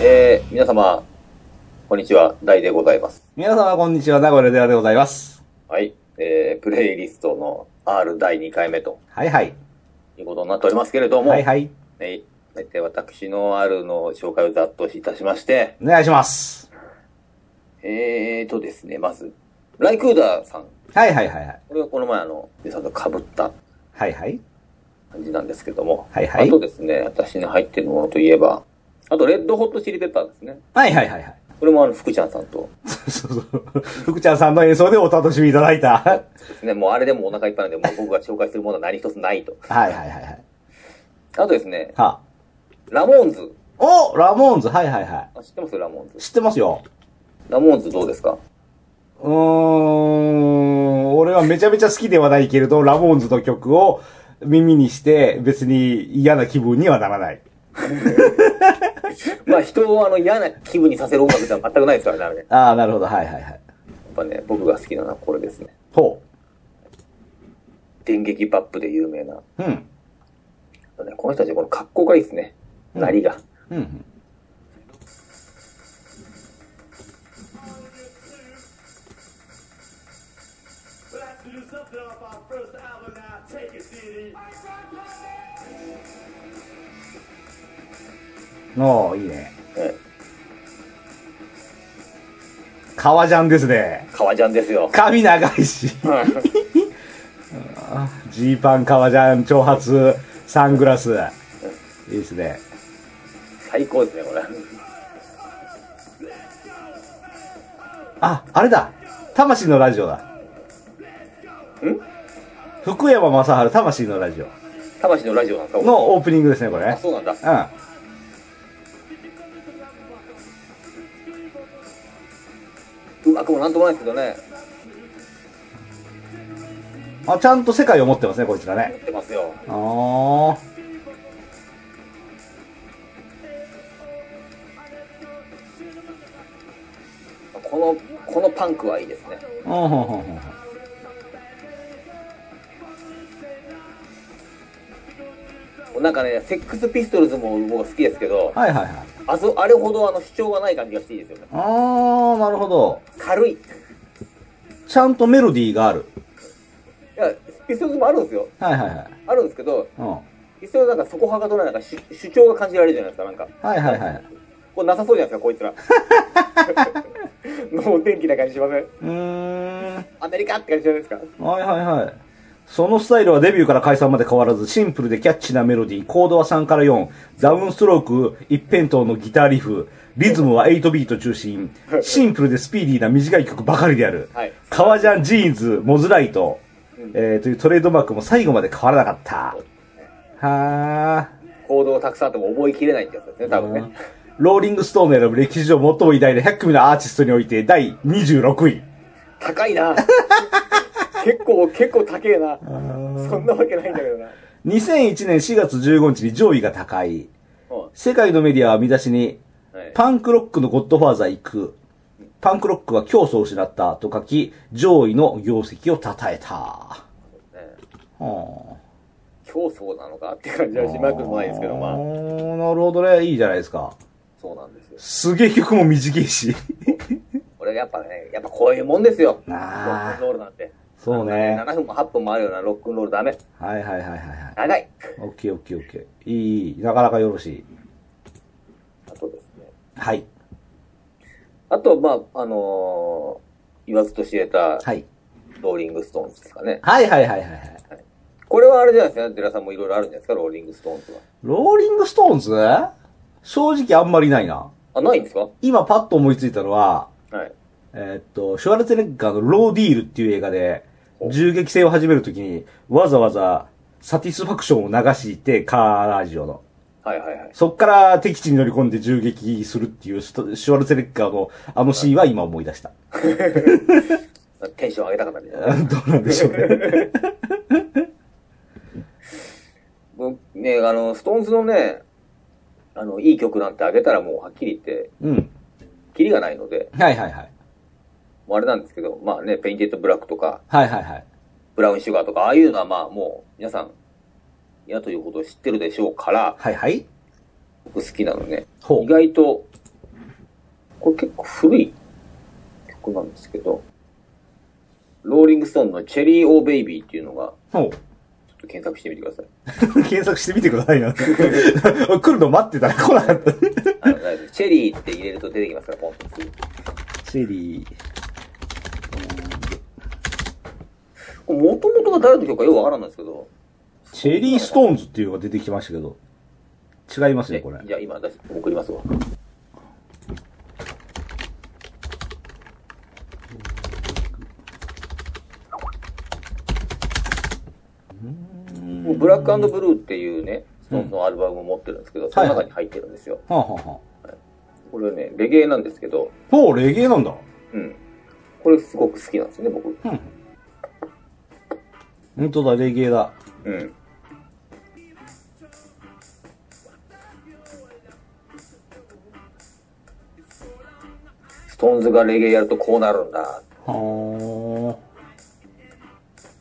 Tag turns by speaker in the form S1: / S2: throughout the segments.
S1: えー、皆様、こんにちは、大でございます。
S2: 皆様こんにちは、名古屋レデアでございます。
S1: はい。えー、プレイリストの R 第2回目と
S2: はいはい。
S1: いうことになっておりますけれども、
S2: はいはい。
S1: えーえー私の R の紹介をざっといたしまして、
S2: お願いします。
S1: えーとですね、まず、ライクーダーさん。
S2: はいはいはいはい。
S1: これはこの前あの、ゆうさんと被った
S2: はいはい。
S1: 感じなんですけども、
S2: はいはい
S1: あとですね、私に入ってるものといえば、あと、レッドホットチリペッパーですね。
S2: はいはいはいはい。
S1: これもあの、福ちゃんさんと
S2: そうそう。福ちゃんさんの演奏でお楽しみいただいた。はい
S1: ですね、もうあれでもお腹いっぱいなんで、もう僕が紹介するものは何一つないと。
S2: はいはいはい。
S1: あとですね、
S2: は
S1: ラモーンズ。
S2: あ、おラモーンズはいはいは
S1: あ知ってますラモーン
S2: い。
S1: ズ。
S2: 知ってますよ。
S1: ラモーンズどうですか
S2: うーん、俺はめちゃめちゃ好きではないけれど、ラモーンズの曲を耳にして別に嫌な気分にはならない。
S1: まあ人をあの嫌な気分にさせる音楽では全くないですからね、あれね。や
S2: ああ、なるほど。はいはいはい。
S1: っぱね、僕が好きなのはこれですね。
S2: ほ
S1: 電撃バップで有名な。
S2: う。うん。
S1: ねこの人たちこの格好がいいですね。なりが。
S2: うんうん。
S3: Let's do something off our first album now. Take it, CD.
S2: おー、いいね。
S1: ね
S2: 革ジャンですね。
S1: 革ジャンですよ。
S2: 髪長いし。ジーパン、革ジャン、長髪、サングラス。いいですね。
S1: 最高ですね、これ。
S2: あ、あれだ。魂のラジオだ。福山雅治、魂のラジオ
S1: 魂のラジオなんですかこれ
S2: のオープニングですね、これ
S1: あ、
S2: ね。
S1: そうなんだ。
S2: うん。
S1: うまくもなんともないですけどね。
S2: あ、ちゃんと世界を持ってますね、こいつらね
S1: や。ってますよ。
S2: あー。
S1: この、このパンクはいいですね。
S2: うんうんうんうんうん
S1: なんかね、セックスピストルズも僕好きですけど、
S2: はいはいはい。
S1: あそ、あれほどあの主張がない感じがしていいですよね。
S2: あー、なるほど。
S1: 軽い。い
S2: ちゃんとメロディーがある。
S1: や、ピストルズもあるんですよ。
S2: はいはいはい。
S1: あるんですけど、
S2: うん。は
S1: 一層なんかそこはかとないなんか主主張が感じられるじゃないですか、なんか。
S2: いはいはい。
S1: これなさそうじゃないですか、こいつら。 もう天気な感じしません
S2: うーん。
S1: アメリカって感じじゃないですか。
S2: はいはいはい。そのスタイルはデビューから解散まで変わらず、シンプルでキャッチなメロディー、コードは3から4、ダウンストローク一辺倒のギターリフ、リズムは8ビート中心、シンプルでスピーディーな短い曲ばかりである。
S1: はい
S2: 革ジャン、ジーンズ、モズライト、えー、というトレードマークも最後まで変わらなかった。はー。
S1: 行動たくさんあっても覚えきれないってやつですね、多分ね。
S2: ローリングストーンの選ぶ歴史上最も偉大な100組のアーティストにおいて第26位。
S1: 高いな 結構、結構高えな。そんなわけないんだけどな。
S2: 2001年4月15日に上位が高い。
S1: は
S2: 世界のメディアは見出しに、
S1: い。
S2: パンクロックのゴッドファーザー行く。パンクロックは競争を失ったと書き、上位の業績を称えた。は
S1: ね
S2: あ、
S1: 競争なのかって感じはしなくもないですけど、ま
S2: あ
S1: あ、
S2: ーなるほどね。いいじゃないですか。
S1: そうなんですよ。
S2: すげえ曲も短いし。
S1: これやっぱね、やっぱこういうもんですよ。ロックン
S2: ああ。
S1: ロールなんて。
S2: そうね。
S1: 7分も8分もあるようなロックンロールダメ。
S2: はいはいはいはい。はい
S1: 長い。
S2: オッケーオッケーオッケー。いいいい、なかなかよろしい。
S1: あとですね。
S2: はい。
S1: あと、まあ、あのー言わずと知れた、
S2: はい。
S1: ローリングストーンズですかね。
S2: はいはいはいはいはい。
S1: これはあれじゃないですか、寺さんもいろいろあるんじゃないですか、ローリングストーンズは。
S2: ローリングストーンズ正直あんまりないな。
S1: あ、ないんですか
S2: 今パッと思いついたのは、
S1: はい。
S2: えーっと、シュワルツェネッガーのローディールっていう映画で、
S1: お
S2: 銃撃戦を始めるときに、わざわざ、サティスファクションを流して、カーラジオの。
S1: はいはいはい。
S2: そっから敵地に乗り込んで銃撃するっていうストシュワルツェネッガーのあのシーンは今思い出した。
S1: テンション上げたかったみたいな。
S2: どうなんでしょう ね。
S1: 僕ね、あの、ストーンズのね、あの、いい曲なんて上げたらもうはっきり言って、
S2: うん。
S1: キリがないので、
S2: はいはいはい。
S1: もうあれなんですけど、まあね、ペインテッドブラックとか、
S2: はいはいはい。
S1: ブラウンシュガーとか、ああいうのはまあもう、皆さん、嫌ということを知ってるでしょうから、
S2: はいはい。
S1: 僕好きなのね。
S2: ほう
S1: 意外と、これ結構古い曲なんですけど、ローリングストーンのチェリー・オー・ベイビーっていうのが、
S2: ほう。
S1: ち ょっと検索してみてください。
S2: 検索してみてくださいな。 俺来るの待ってたら来なかった。
S1: あの大丈夫チェリーって入れると出てきますから、ポンと。
S2: チェリー。
S1: もともとが誰の曲かよくわからないんですけど。
S2: チェリーストーンズっていうのが出てきましたけど。違いますね、これ。
S1: じゃあ今出し送りますわ。ブラックブルーっていうね、ストーンズのアルバムを持ってるんですけど、その中に入ってるんですよ。
S2: はあ、はあは
S1: これね、レゲエなんですけど、
S2: あ、ほう、レゲエなんだ。
S1: うん。これすごく好きなんですね、僕。
S2: うん。本当だ、レゲエだ。
S1: うん。ストーンズがレゲエやるとこうなるんだ。
S2: は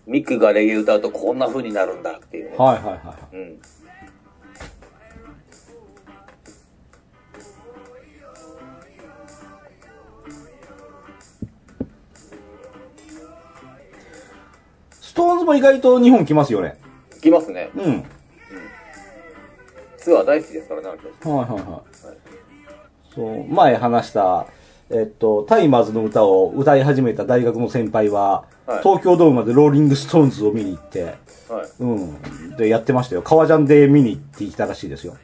S1: ミックがレゲエ歌うとこんな風になるんだっていうね。
S2: あ。はいはいは
S1: うん。
S2: い。ストーンズも意外と日本来ますよね。
S1: 行きますね。
S2: うん。はい
S1: ツアー大好きですからね、あの人
S2: はいはい。そう、前話した、えっと、タイマーズの歌を歌い始めた大学の先輩は、
S1: はい
S2: 東京ドームまでローリングストーンズを見に行って、
S1: はい。
S2: うん。で、やってましたよ。革ジャンで見に行ってきたらしいですよ。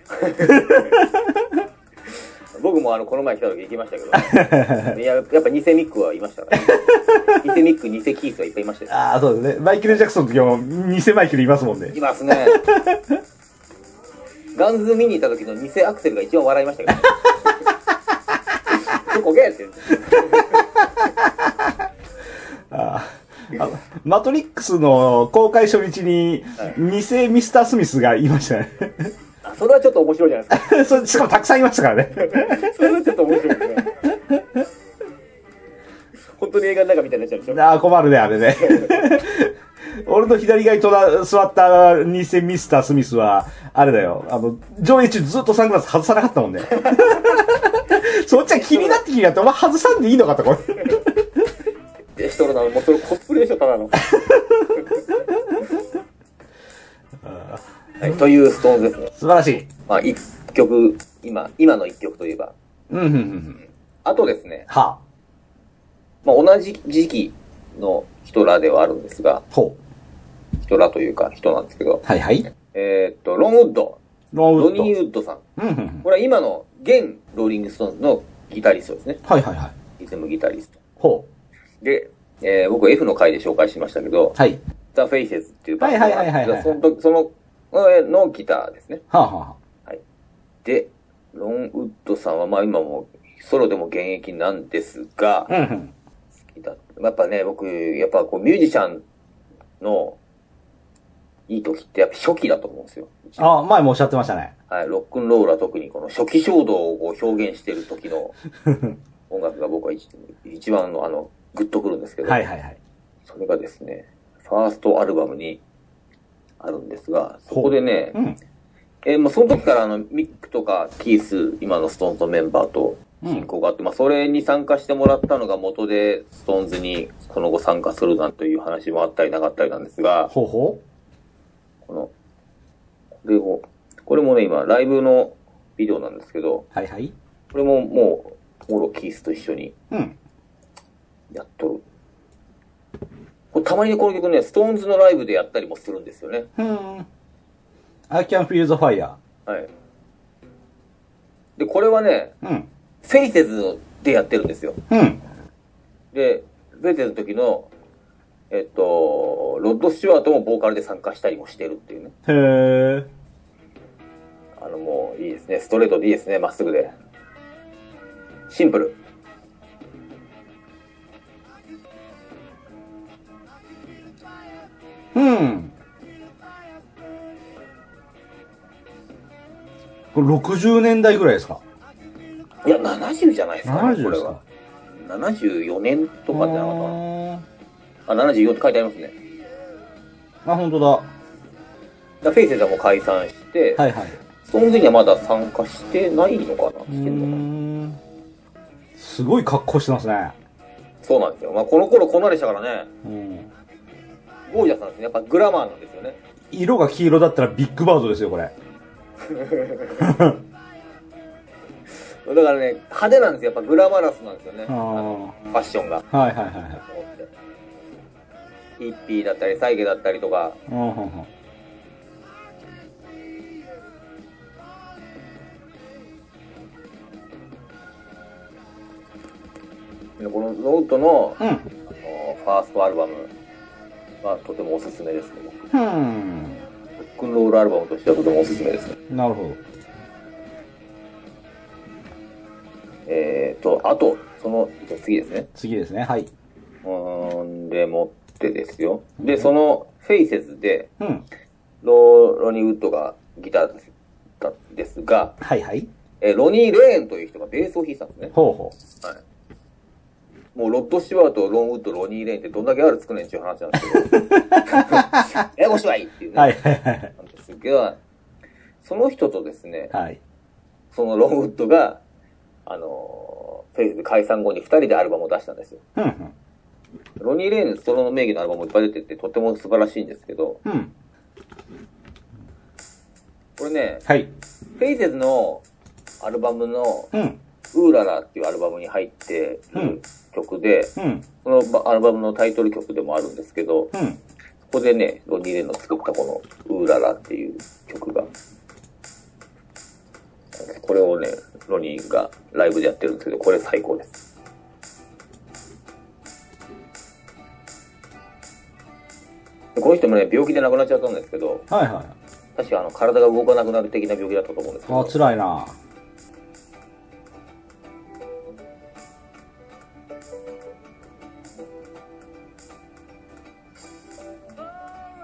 S1: 僕もあの、この前来た時行きましたけ ど。いや、やっぱ偽ミックはいましたから、ね。偽ミック、偽キースはいっぱいいましたよ。
S2: ああ、そうですね。マイケル・ジャクソンの時は偽マイケルいますもんね
S1: い。ますね。 ガンズ見に行った時の偽アクセルが一番笑いました けど。そこゲーって言って。
S2: あーあのマトリックスの公開初日に、偽ミスター・スミスがいましたね。
S1: あそれはちょっと面白いじゃないですか。
S2: それしかもたくさんいましたからね。
S1: それはちょっと面白いですね。本当に映画の中みたいになっちゃうでしょ。
S2: ああ、困るね、あれね。俺の左側にとら座った偽ミスター・スミスは、あれだよ。あの、上映中ずっとサングラス外さなかった もんね。そっちは気になって気になって、お前外さんでいいのかとこれ。
S1: で、しとるなの、もうそれコスプレでしょ、ただの。はい、というストーンズですね。
S2: 素晴らしい。
S1: まあ、一曲、今、今の一曲といえば。
S2: うん、うん、うん。
S1: あとですね、
S2: は
S1: まあ、同じ時期の人らではあるんですが、
S2: あ、ほ
S1: 人らというか人なんですけど
S2: う。、はいはい。
S1: えーっと、ロンウッド、
S2: ロンウ
S1: ロ
S2: ッ
S1: ニー・
S2: ド。
S1: ウッドさん。
S2: うん、うんうん。
S1: これは今の現ローリング・ストーンズのギタリストですね。
S2: はいはいはい。
S1: リズムギタリスト。
S2: ほ
S1: で、えー僕 F の回で紹介しましたけど
S2: う。、はい。
S1: The Faces っていうバンド
S2: はいはいはいはいは
S1: が
S2: い
S1: その時、その、えーのギターですね。
S2: はあ、はあは
S1: で、ロンウッドさんはまあ今もソロでも現役なんですが
S2: あ、、うん、うん。
S1: やっぱね、僕、やっぱこうミュージシャンのいい時ってやっぱ初期だと思うんですよ。
S2: ああ、前もおっしゃってましたね。
S1: はい、ロックンロールは特にこの初期衝動をこう表現してる時 の音楽が僕は一一番のあの、グッとくるんですけど、
S2: はいはいはい。
S1: それがですね、ファーストアルバムにあるんですが、そこでね、
S2: うん。
S1: えーまあ、その時からあの、ミックとかキース、今のストーンズのメンバーと
S2: うん
S1: 進行があって、まあ、それに参加してもらったのが元で、ストーンズにその後参加するなんという話もあったりなかったりなんですが、
S2: ほうほ
S1: この、これを、これもね、今、ライブのビデオなんですけど、
S2: う。はいはい。
S1: これももう、モロキースと一緒に
S2: うん。
S1: やっとる。これたまにねこの曲ね、ストーンズのライブでやったりもするんですよね。
S2: うん。I can feel the fire.
S1: はい。で、これはね、
S2: うん。
S1: フェイセズでやってるんですよ。
S2: うん。
S1: で、フェイセズの時の、えっと、ロッド・スチュワートもボーカルで参加したりもしてるっていうね。
S2: へー。
S1: あの、もういいですね。ストレートでいいですね。まっすぐで。シンプル。
S2: うん。これ60年代ぐらいですか
S1: いや、70じゃないですか、ね、こ
S2: ?70 で
S1: れ
S2: す
S1: は
S2: か。
S1: 74年とかじゃなかったかな。
S2: あ
S1: あ、74って書いてありますね。
S2: ーあ、本当だ。は
S1: だフェイセズはもう解散して、
S2: いはい。
S1: ストーンズにはまだ参加してないのかなして
S2: うん
S1: のか
S2: ーん。すごい格好してますね。
S1: そうなんですよ。まあ、この頃こんなでしたからね、
S2: うん。
S1: ゴージャスなんですね。やっぱグラマーなんですよね。
S2: 色が黄色だったらビッグバードですよ、これ。
S1: だからね、派手なんですよ。やっぱグラマラスなんですよね。
S2: あー
S1: ファッションが。
S2: はいはいはいはい。
S1: ヒッピーだったり、サイゲだったりとか、
S2: うんうんうん
S1: このノートの
S2: うん。
S1: あのファーストアルバムはとてもおすすめですね。ロ
S2: ふーん。
S1: ックンロールアルバムとしてはとてもおすすめですね。
S2: なるほど。
S1: えーと、あと、その、じゃあ次ですね。
S2: 次ですね。はい。
S1: うーん、でもってですよ。で、その、フェイセスで、
S2: うん。
S1: ローロニー・ウッドがギターだったんですが、
S2: はいはい。
S1: えーロニー・レーンという人がベースを弾いてたんですね。
S2: ほうほう。
S1: はい。もう、ロッド・シュワート、ロン・ウッド、ロニー・レーンってどんだけあるつくねんっていう話なんですけど、 ややこしはいっていうね。
S2: はいはいはい
S1: なんですが、その人とですね、
S2: はい。はい。
S1: そのロン・ウッドが、あのー、フェイズ解散後に2人でアルバムを出したんですよ。
S2: ふんふん。
S1: ロニー・レーン、ソロの名義のアルバムもいっぱい出てて、とても素晴らしいんですけど、
S2: うん。
S1: これね、
S2: はい。
S1: フェイゼズのアルバムの、
S2: うん。
S1: ウーララっていうアルバムに入ってる曲で、
S2: うん。
S1: そのばアルバムのタイトル曲でもあるんですけど、
S2: うん。
S1: そこでね、ロニー・レーンの作ったこの、ウーララっていう曲が、これをね、ロニーがライブでやってるんですけど、これ最高です。でこの人もね、病気で亡くなっちゃったんですけど、
S2: はいはい。
S1: 確かあの、体が動かなくなる的な病気だったと思うんですけ
S2: あ
S1: ど、
S2: ー、辛いな。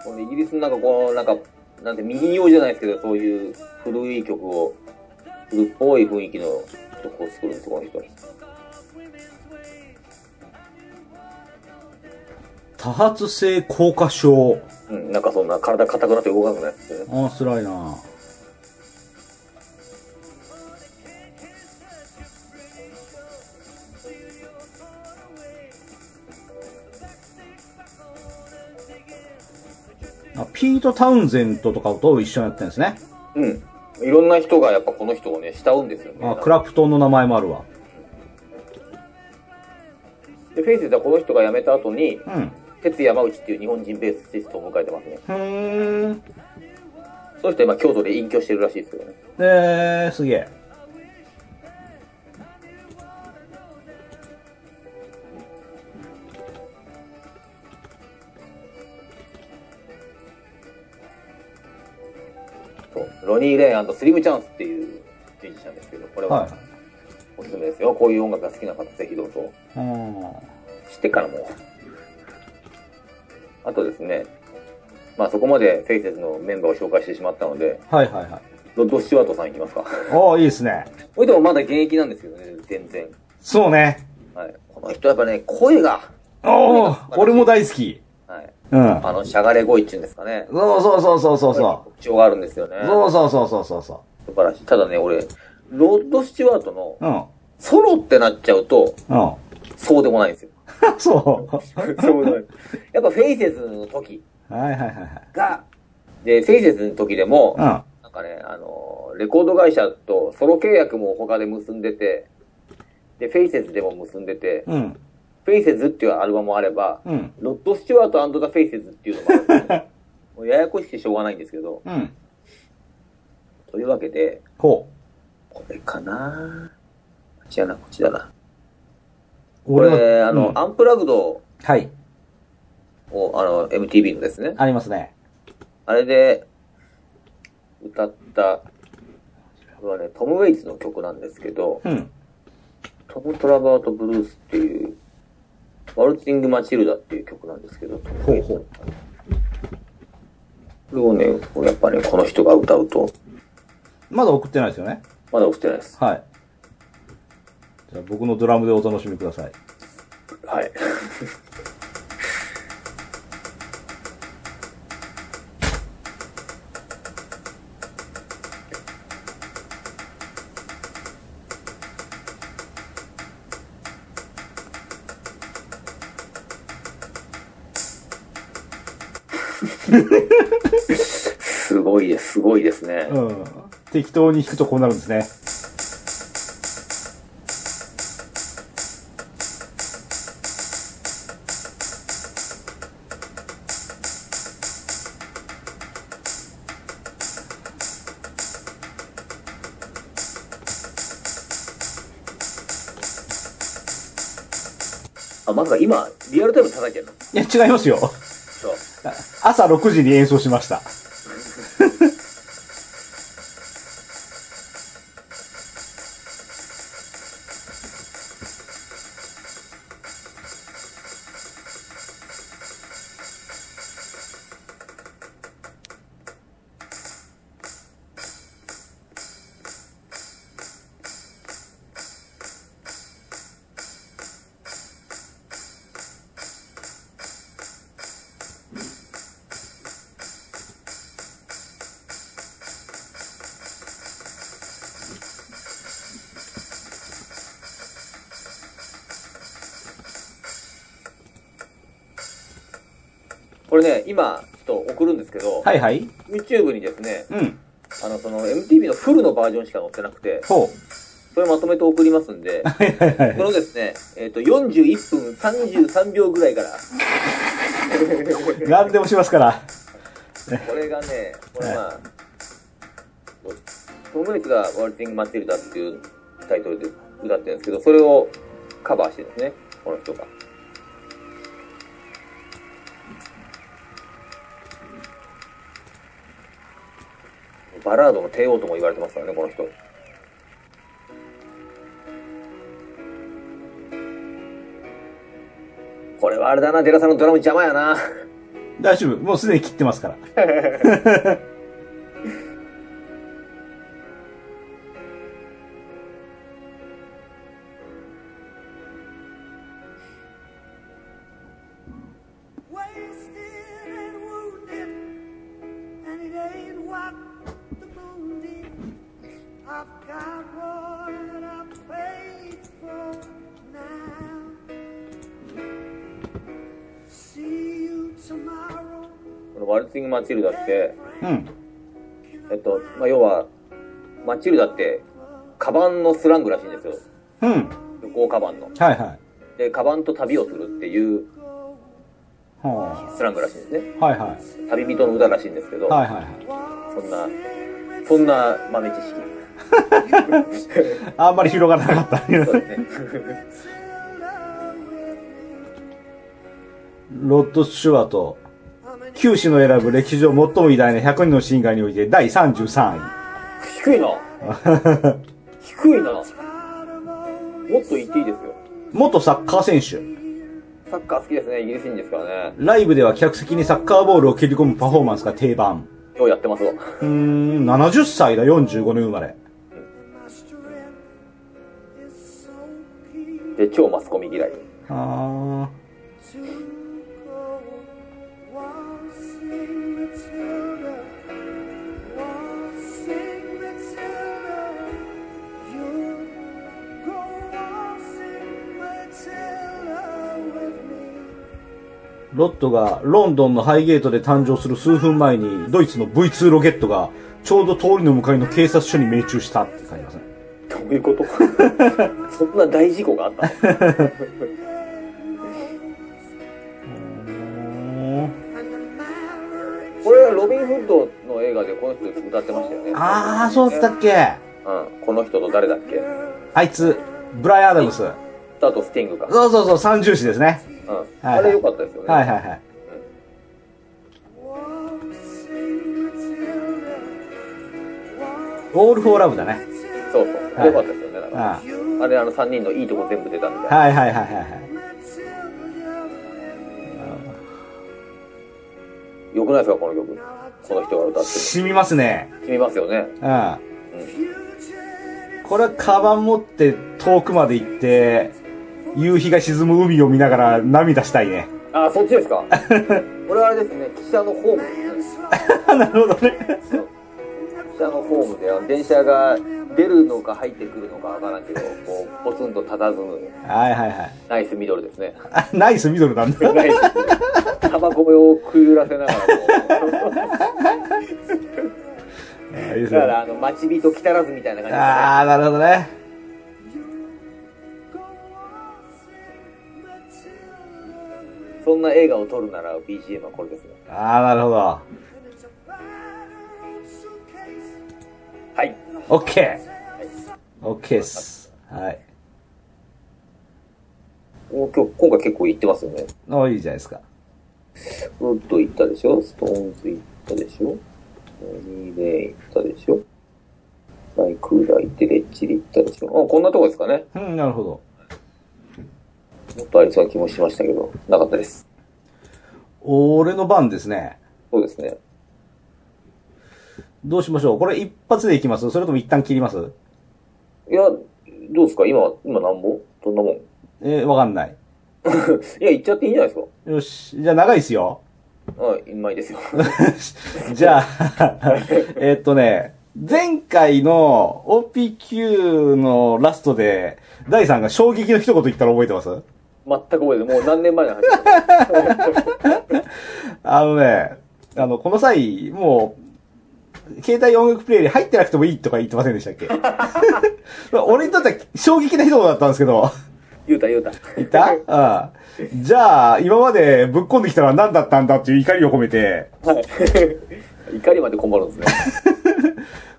S1: これイギリスのなんかこう、なんか、なんて民謡じゃないですけど、そういう古い曲を、古っぽい雰囲気の曲を作るんです、この人。
S2: 多発性硬化症。
S1: うん、なんかそんな体硬くなって動かなくなるんですよね。
S2: あー、辛いな。あピート・タウンゼントとかと一緒にやってるんですね。
S1: うん。いろんな人がやっぱこの人をね、慕うんですよね。
S2: あ、クラプトンの名前もあるわ。
S1: で、フェイスではこの人が辞めた後に、
S2: うん。
S1: 哲山内っていう日本人ベースシストを迎えてますね。
S2: ふーん。
S1: その人今京都で隠居してるらしいですよね。
S2: えー、すげえ。
S1: そう。ロニー・レーンスリム・チャンスっていうミュージシャンですけど、これ
S2: は
S1: はおすすめですよ。こういう音楽が好きな方、ぜひどうぞ。
S2: い。うん。
S1: 知ってからも。あとですね、まあそこまでフェイセスのメンバーを紹介してしまったので、
S2: はいはいはい。
S1: ロッド・スチュワートさんいきますか。
S2: おー、いいですね。
S1: これでもまだ現役なんですけどね、全然。
S2: そうね。
S1: はい。この人やっぱね、声が、
S2: おー、俺も大好き。
S1: はい。
S2: うん。
S1: あの、しゃがれ声っていうんですかね。
S2: そうそうそうそうそうそ
S1: 特徴があるんですよね
S2: う。。そうそうそうそうそうそ
S1: 素晴らしい。ただね、俺、ロッド・スチュワートの
S2: う。うん。
S1: ソロってなっちゃうと、
S2: う
S1: そうでもないんですよ。
S2: ん。 そう。
S1: そうでもない。 やっぱフェイセスの時
S2: はいはいはい
S1: が、で、フェイセスの時でも、
S2: はい。
S1: なんかね、あのーレコード会社とソロ契約も他で結んでて、で、フェイセスでも結んでて、
S2: うん。うん。
S1: フェイセスっていうアルバムもあれば、
S2: うん。
S1: ロッド・スチュワートザ・フェイセスっていうのもあるんです よもうややこしくてしょうがないんですけど、
S2: うん。
S1: というわけで、
S2: ほう。
S1: これかなこっちだな、こっちだな。こ
S2: 俺は
S1: れ、あの、
S2: うん
S1: アンプラグド
S2: はい。
S1: を、あの、MTV のですね。
S2: ありますね。
S1: あれで、歌った、これはね、トム・ウェイツの曲なんですけど、
S2: うん。
S1: トム・トラバート・ブルースっていう、ワルツィング・マチルダっていう曲なんですけど、トム・ウェイツの
S2: ほ
S1: これをね、これやっぱね、この人が歌うと、
S2: まだ送ってないですよね。
S1: まだ起きてないです。
S2: はい。じゃあ僕のドラムでお楽しみください。
S1: はい。すごいです、すごいですね。
S2: うん。適当に弾くとこうなるんですね。
S1: あ、まさか今、リアルタイムで叩いてるの
S2: いや、違いますよ。
S1: そう。
S2: 朝6時に演奏しました。
S1: これね、今、ちょっと送るんですけど、
S2: はいはい。
S1: YouTube にですね、
S2: うん。
S1: あの、その MTV のフルのバージョンしか載ってなくて、
S2: ほ
S1: それまとめて送りますんで、
S2: う。 はいはいはい
S1: こ。のですね、えっ、と、41分33秒ぐらいから、
S2: 何でもしますから。
S1: これがね、これまあ、トム・ブレイクがワルティング・マチルダっていうタイトルで歌ってるんですけど、それをカバーしてるんですね、この人が。バラードの帝王とも言われてますからね、この人。これはあれだな、デラさんのドラム邪魔やな。
S2: 大丈夫。もうすでに切ってますから。
S4: wasted and wounded, and it ain't what the moon did. I've got what I paid for now. See you tomorrow.
S1: このワルツィング・マチルダって、
S2: うん。
S1: えっと、まあ、要は、マチルダって、カバンのスラングらしいんですよ。
S2: うん。
S1: 旅行カバンの。
S2: はいはい。
S1: で、カバンと旅をするっていう
S2: は
S1: スラングらしいんですね。
S2: あ、はいはい。
S1: 旅人の歌らしいんですけど、
S2: はいはいはい。
S1: そんな、そんな豆知識。
S2: あんまり広がらなかっ
S1: そ
S2: た。
S1: うですね。
S2: ロッド・スチュワート、九死の選ぶ歴史上最も偉大な100人のシンガーにおいて第33位。
S1: 低いな低いなもっと言っていいですよ。
S2: 元サッカー選手。
S1: サッカー好きですね。イギリス人ですからね。
S2: ライブでは客席にサッカーボールを蹴り込むパフォーマンスが定番。
S1: ようやってますわ。
S2: うーん、70歳だ、45年生まれ。
S4: My strength is so keen
S1: で、超マスコミ嫌い。
S2: あ
S4: to go waltzing Matilda, waltzing Matilda, you go waltzing Matilda with me.
S2: ーロッドがロンドンのハイゲートで誕生する数分前に、ドイツの V2 ロケットが、ちょうど通りの向かいの警察署に命中したって書いてますね。
S1: どういうこと そんな大事故があったのこれはロビン・フッドの映画でこの人歌ってましたよね。
S2: あー、そうだったっけ
S1: うん。この人と誰だっけ
S2: あいつ、ブライアン・アダムス。
S1: あとスティングか。
S2: そうそうそう、三重視ですね。
S1: うん。
S2: はい
S1: あれ良かったですよね。
S2: はいはいはい。オール・フォー・ラブだね。
S1: そうそう。良、
S2: はい
S1: かったですよね。だから
S2: あ
S1: あれ、あの3人のいいとこ全部出たみたい
S2: あ
S1: な。
S2: はいはいはいはいはい。
S1: 良くないですか、この曲。この人が歌ってる。
S2: 染みますね。
S1: 決めますよね。
S2: うん。これはカバン持って遠くまで行って、夕日が沈む海を見ながら涙したいね。
S1: あ、そっちです かこれはあれですね、記者のホームですね。
S2: なるほどね。
S1: 記者車のホームで、あの電車が出るのか入ってくるのかわからんけど、こう、ポツンと佇む、
S2: はいはいはい。
S1: ナイスミドルですね。
S2: あナイスミドルなんだ。
S1: ナイスミドル。タバコをくゆらせながらこう、
S2: あいいです
S1: だ
S2: ね
S1: から、あの、待ち人来たらずみたいな感じですね。
S2: あー、なるほどね。
S1: そんな映画を撮るなら BGM はこれですね。
S2: あー、なるほど。
S1: はい。
S2: オッケー。オッケーっす。はい。
S1: お今日、今回結構行ってますよね。
S2: おいいじゃないですか。
S1: ウッド行ったでしょストーンズ行ったでしょニーレイ行ったでしょライクーラー行ってレッチリ行ったでしょあ、こんなとこですかね
S2: うん、なるほど。
S1: もっとありそうな気もしましたけど、なかったです。
S2: 俺の番ですね。
S1: そうですね。
S2: どうしましょうこれ一発でいきますそれとも一旦切ります
S1: いや、どうですか今、今なんぼどんなもんい
S2: えー、わかんない。
S1: や、行っちゃっていいんじゃないで
S2: よし。じゃあ長いっすよ。
S1: すかはい、うまいですよ。
S2: じゃあ、 えーっとね、前回の OPQ のラストで、第3が衝撃の一言言ったら覚えてます
S1: 全く覚えてない。もう何年前の話です
S2: あのね、あの、この際、もう、携帯音楽プレイに入ってなくてもいいとか言ってませんでしたっけ 俺にとっては衝撃な一言だったんですけど、
S1: 言うた言うた。
S2: 言ったうん。じゃあ、今までぶっ込んできたのは何だったんだっていう怒りを込めて、
S1: はい。 怒りまで困るんですね。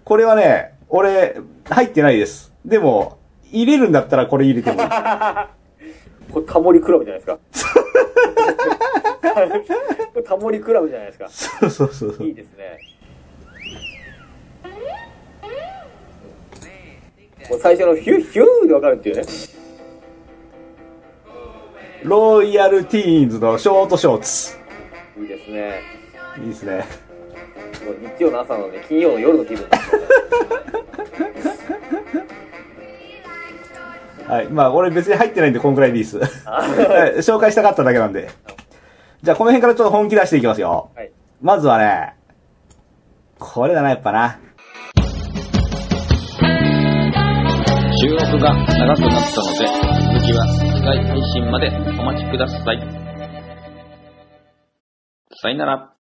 S2: これはね、俺、入ってないです。でも、入れるんだったらこれ入れてもいい。
S1: これタモリクラブじゃないです か。これタモリクラブじゃないですか。
S2: そうそうそうそう
S1: いい。ですね。もう最初のヒュッヒューでわかるっていうね。
S2: ロイヤルティーンズのショートショーツ。
S1: いいですね。
S2: いいですね。
S1: もう日曜の朝のね、金曜の夜の気分ですよね。
S2: はい。まあ、俺別に入ってないんで、こんくらいでいいです。はい紹介したかっただけなんで。じゃあ、この辺からちょっと本気出していきますよ。
S1: はい。
S2: まずはね、これだな、やっぱな。
S5: 収録が長くなったので、続きは次回配信までお待ちください。さよなら。